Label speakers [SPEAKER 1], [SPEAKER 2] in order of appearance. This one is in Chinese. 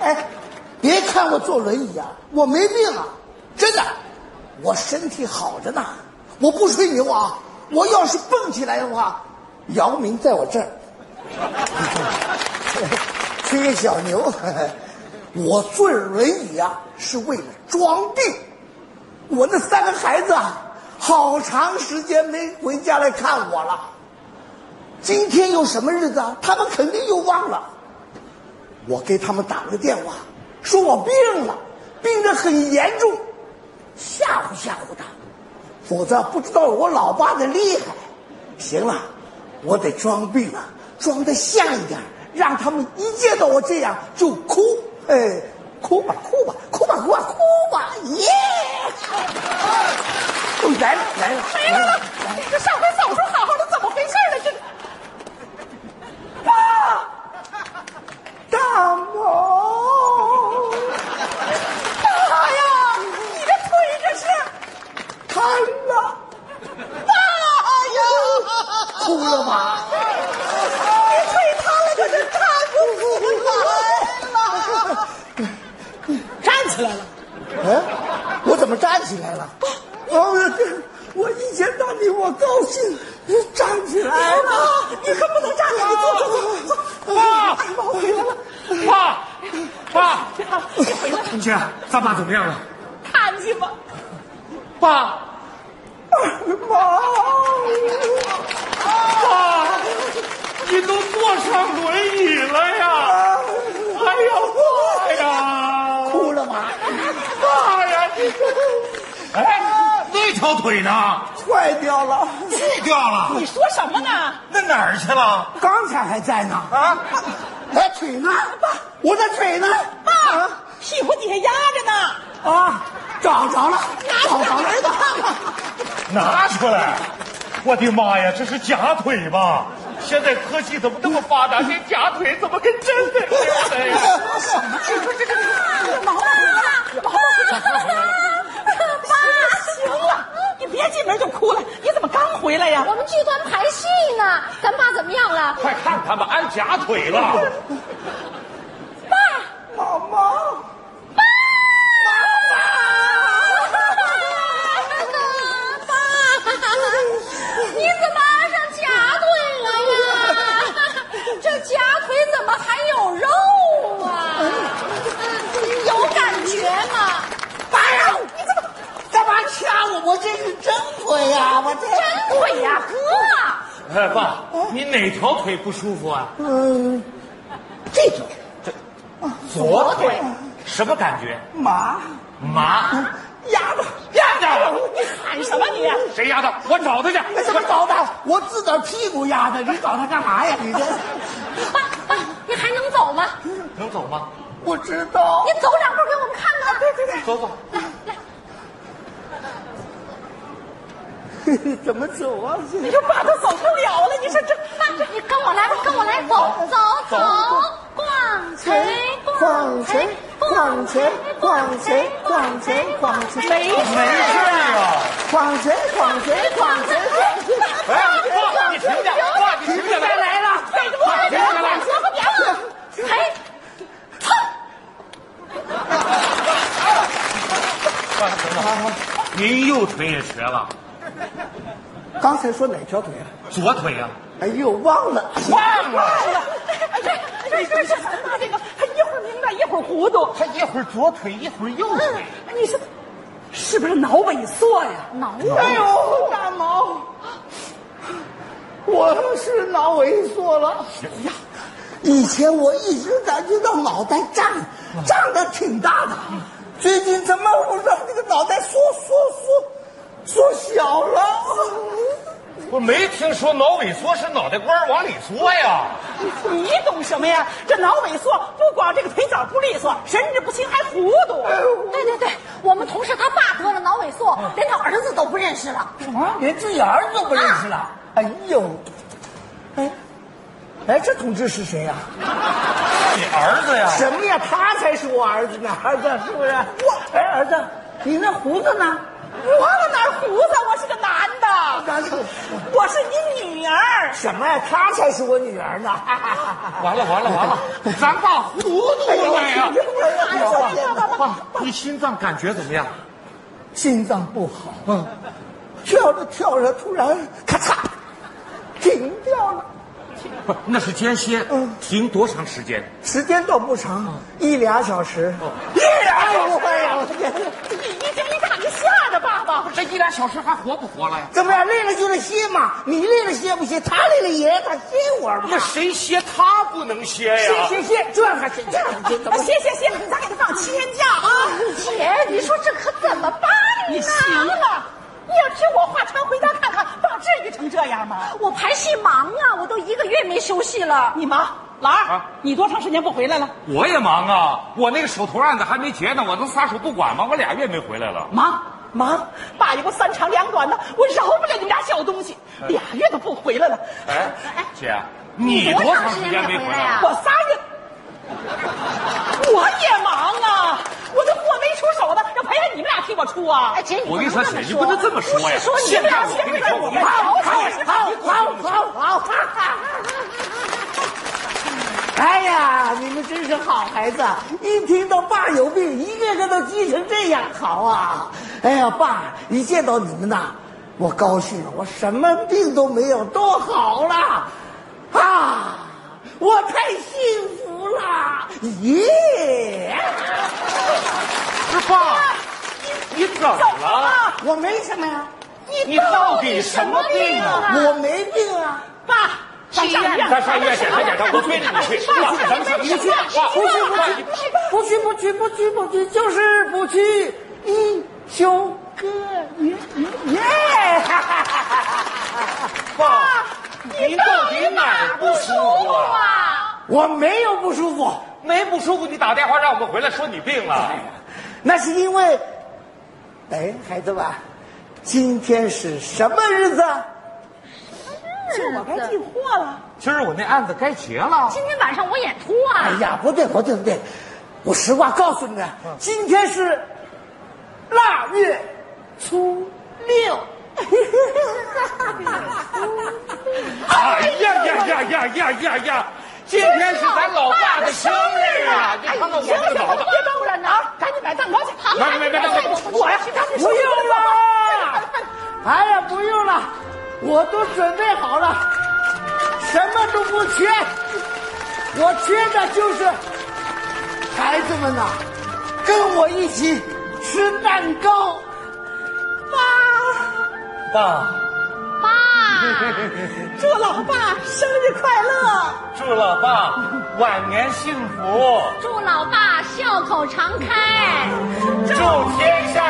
[SPEAKER 1] 哎，别看我坐轮椅啊，我没病啊，真的，我身体好着呢。我不吹牛啊，我要是蹦起来的话，姚明在我这儿。 吹个小牛，我坐轮椅啊是为了装病。我那三个孩子啊，好长时间没回家来看我了。今天有什么日子啊？他们肯定又忘了。我给他们打了个电话，说我病了，病得很严重，吓唬吓唬他，否则不知道我老爸的厉害。行了，我得装病了，装得像一点，让他们一见到我这样就哭，哎，哭吧哭吧哭吧哭吧哭吧，耶！哦，来了来了
[SPEAKER 2] 没了了，这哎上回走出好好的，怎么回事啊了？这
[SPEAKER 1] 大大毛，
[SPEAKER 2] 爸呀，你这腿这是
[SPEAKER 1] 瘫了，
[SPEAKER 2] 爸呀，
[SPEAKER 1] 哭了吧？
[SPEAKER 2] 你腿瘫了，这是瘫不起来了。啊站起来了，
[SPEAKER 1] 哎，我怎么站起来了？哦，我一见到你，我高兴，站起来了。
[SPEAKER 2] 你可不能站着，你坐坐坐坐。
[SPEAKER 1] 啊
[SPEAKER 3] 爸，
[SPEAKER 2] 我回来了，
[SPEAKER 3] 爸，爸，
[SPEAKER 2] 你回来了，
[SPEAKER 3] 同学，咱爸怎么样了？
[SPEAKER 2] 看去吧。
[SPEAKER 3] 爸，
[SPEAKER 1] 妈，
[SPEAKER 3] 爸，你都坐上轮椅了呀？哎呀，爸呀，
[SPEAKER 1] 哭了吗？
[SPEAKER 3] 爸呀，你这，哎，那条腿呢？
[SPEAKER 1] 坏掉了，
[SPEAKER 3] 锯掉了，
[SPEAKER 2] 你说什么呢？
[SPEAKER 3] 那哪儿去了？
[SPEAKER 1] 刚才还在呢。
[SPEAKER 3] 啊，
[SPEAKER 1] 哎，腿呢？我的腿呢？
[SPEAKER 2] 爸，屁股底下压着呢。
[SPEAKER 1] 啊，找着了，找着了。
[SPEAKER 3] 拿出来！我的妈呀，这是假腿吧？现在科技怎么这么发达？这假腿怎么跟真的似的呀？
[SPEAKER 2] 毛毛回来了，毛毛回来了，妈，行了，你别进门就哭了，你怎么刚回来呀？
[SPEAKER 4] 我们剧团排戏呢，咱爸怎么样了？
[SPEAKER 3] 快看他们安假腿了！
[SPEAKER 1] 妈妈。
[SPEAKER 4] 爸，你怎么安上假腿了呀？这假腿怎么还有肉啊？嗯有感觉吗？
[SPEAKER 1] 爸呀，你怎么干嘛掐我？我这是真腿呀、我这
[SPEAKER 4] 真腿呀，哥！
[SPEAKER 3] 哎，爸，你哪条腿不舒服啊？
[SPEAKER 1] 嗯，这种
[SPEAKER 3] 左腿，嗯什么感觉？
[SPEAKER 1] 麻
[SPEAKER 3] 麻。
[SPEAKER 1] 压的，
[SPEAKER 3] 压的，
[SPEAKER 2] 你喊什么你？
[SPEAKER 3] 哎谁压的？我找他去。
[SPEAKER 1] 那哎怎么找的？我自个儿屁股压的，你找他干嘛呀？你这
[SPEAKER 4] 爸爸，你还能走吗？你
[SPEAKER 3] 能走吗？
[SPEAKER 1] 不知道。
[SPEAKER 4] 走两步给我们看看。对对对。
[SPEAKER 3] 走走。
[SPEAKER 1] 怎么走啊？
[SPEAKER 2] 你这爸都走不了了，你说这
[SPEAKER 4] 爸，你跟我来，跟我来，走走走，逛城
[SPEAKER 1] 哎
[SPEAKER 4] 逛城逛城逛城逛城
[SPEAKER 1] 哎
[SPEAKER 4] 逛城，没
[SPEAKER 3] 没事啊。
[SPEAKER 1] 晃谁晃谁晃谁？
[SPEAKER 3] 哎，爸，你停下来，爸，你停下来。来了，爸，停下来。
[SPEAKER 4] 哎，
[SPEAKER 3] 爸，等等，您右腿也瘸了，
[SPEAKER 1] 刚才说哪条腿啊？
[SPEAKER 3] 左腿啊？
[SPEAKER 1] 哎呦，忘了。
[SPEAKER 3] 忘了。
[SPEAKER 2] 哎呀，这这这咱爸这个，他一会儿明白一会儿糊涂，
[SPEAKER 3] 他一会儿左腿，一会儿右腿。
[SPEAKER 2] 你说是不是脑萎缩呀？
[SPEAKER 4] 挠
[SPEAKER 1] 哎呦，大毛，我是脑萎缩了。呀，以前我一直感觉到脑袋胀，胀得挺大的，最近怎么我让这个脑袋缩缩缩缩小了？
[SPEAKER 3] 我没听说脑萎缩是脑袋瓜儿往里缩呀。
[SPEAKER 2] 你懂什么呀？这脑萎缩不光这个腿脚不利索，神志不清还糊涂。
[SPEAKER 1] 哎
[SPEAKER 4] 对对对，我们同事他爸得了脑萎缩，连他儿子都不认识了。
[SPEAKER 1] 什么？啊连自己儿子都不认识了？哎呦，哎，哎，这同志是谁呀、
[SPEAKER 3] 你儿子呀？
[SPEAKER 1] 什么呀？他才是我儿子呢，儿子是不是？我哎，儿子，
[SPEAKER 2] 你那胡子呢？我哪哪儿胡子？我是个男的，
[SPEAKER 1] 咱就
[SPEAKER 2] 我是你女儿。
[SPEAKER 1] 什么呀？她才是我女儿呢！ 哎
[SPEAKER 3] 完了完了完了，咱爸糊涂了呀！
[SPEAKER 2] 哎
[SPEAKER 3] 爸，你心脏感觉怎么样？
[SPEAKER 1] 心脏不好，嗯，跳着跳着突然咔嚓停掉了，
[SPEAKER 3] 不，那是间歇，停多长时间？
[SPEAKER 1] 时间倒不长，
[SPEAKER 2] 嗯
[SPEAKER 1] 一俩小时。
[SPEAKER 2] 哦
[SPEAKER 3] 一俩
[SPEAKER 1] 哎呦
[SPEAKER 3] 小
[SPEAKER 1] 哎
[SPEAKER 3] 时
[SPEAKER 1] 呀
[SPEAKER 3] 呀！
[SPEAKER 1] 我天！
[SPEAKER 2] 你你这一看，你吓的爸爸。
[SPEAKER 3] 这一俩小时还活不活了呀？
[SPEAKER 1] 怎么样？累了就得歇嘛，你累了歇不歇？他累了也他歇会儿嘛
[SPEAKER 3] 那。谁歇他不能歇呀？
[SPEAKER 1] 歇歇歇，这还歇这还歇，怎么
[SPEAKER 2] 谢谢谢谢，咱给他放七天假啊！
[SPEAKER 4] 姐，你说这可怎么办呢？
[SPEAKER 2] 你行了，你要听我话，常回家看看，爸至于成这样吗？
[SPEAKER 4] 我排戏忙啊，我都一个月没休息了。
[SPEAKER 2] 你忙，老二，
[SPEAKER 3] 啊
[SPEAKER 2] 你多长时间不回来了？
[SPEAKER 3] 我也忙啊，我那个手头案子还没结呢，我能撒手不管吗？我俩月没回来了。
[SPEAKER 2] 忙忙，爸也给我三长两短的，我饶不了你们俩小东西，俩月都不回来了，
[SPEAKER 3] 哎，姐，你多长时间没回来了？
[SPEAKER 2] 我仨月，我也忙啊，我这货没出手呢，要赔上你们俩替我出啊
[SPEAKER 4] 哎，！姐，你
[SPEAKER 3] 我跟你
[SPEAKER 4] 不
[SPEAKER 3] 说，
[SPEAKER 4] 能
[SPEAKER 3] 姐，你
[SPEAKER 4] 这么
[SPEAKER 3] 不能这么说呀！
[SPEAKER 2] 说你
[SPEAKER 3] 现
[SPEAKER 2] 们
[SPEAKER 3] 在
[SPEAKER 2] 俩
[SPEAKER 3] 我跟你
[SPEAKER 2] 先
[SPEAKER 3] 说，
[SPEAKER 2] 让我
[SPEAKER 3] 我
[SPEAKER 2] 们好好
[SPEAKER 1] 好好好！哎呀，你们真是好孩子！一听到爸有病，一个个都急成这样，好啊！哎呀，爸，一见到你们呐，我高兴了，我什么病都没有，都好了，啊，我太幸福了，耶！
[SPEAKER 3] 不是爸，你怎么
[SPEAKER 2] 走
[SPEAKER 3] 了？
[SPEAKER 2] 啊！
[SPEAKER 1] 我没什么呀，
[SPEAKER 3] 你到底什么病啊？
[SPEAKER 1] 我没病啊。
[SPEAKER 2] 爸，咱上医院，
[SPEAKER 3] 咱上医院检查检查，我推着你去。爸，咱们上医院。爸，
[SPEAKER 1] 不去不去不去不去不去不去，就是不去。一休哥，耶耶！
[SPEAKER 3] 爸，您到底哪儿不舒服啊？
[SPEAKER 4] 啊？
[SPEAKER 1] 我没有不舒服，
[SPEAKER 3] 没不舒服，你打电话让我们回来，说你病了。
[SPEAKER 1] 那是因为，哎，孩子们，今天是什么日子？啊
[SPEAKER 4] 嗯
[SPEAKER 2] 我该进货了。
[SPEAKER 3] 今儿我那案子该结了。
[SPEAKER 4] 今天晚上我演出
[SPEAKER 1] 哎
[SPEAKER 4] 啊！
[SPEAKER 1] 呀，不嗯对不对不对，我实话告诉你们，今天是腊月初六。
[SPEAKER 3] 哎呀呀呀呀呀呀呀！今天是咱老爸的生日啊！你
[SPEAKER 2] 哎，
[SPEAKER 3] 看看我
[SPEAKER 2] 行了
[SPEAKER 3] 这个脑
[SPEAKER 2] 行了，
[SPEAKER 3] 子，
[SPEAKER 2] 别动了啊！赶紧买蛋糕去，
[SPEAKER 3] 买买
[SPEAKER 1] 哎
[SPEAKER 3] 买买买
[SPEAKER 2] 我呀，赶紧
[SPEAKER 1] 不用了，哎呀，不用了，我都准备好了，什么都不缺，我缺的就是孩子们呐、跟我一起吃蛋糕。
[SPEAKER 3] 爸，
[SPEAKER 4] 爸，
[SPEAKER 2] 祝老爸生日快乐！
[SPEAKER 3] 祝老爸晚年幸福，
[SPEAKER 4] 祝老爸笑口常开。
[SPEAKER 3] 祝天下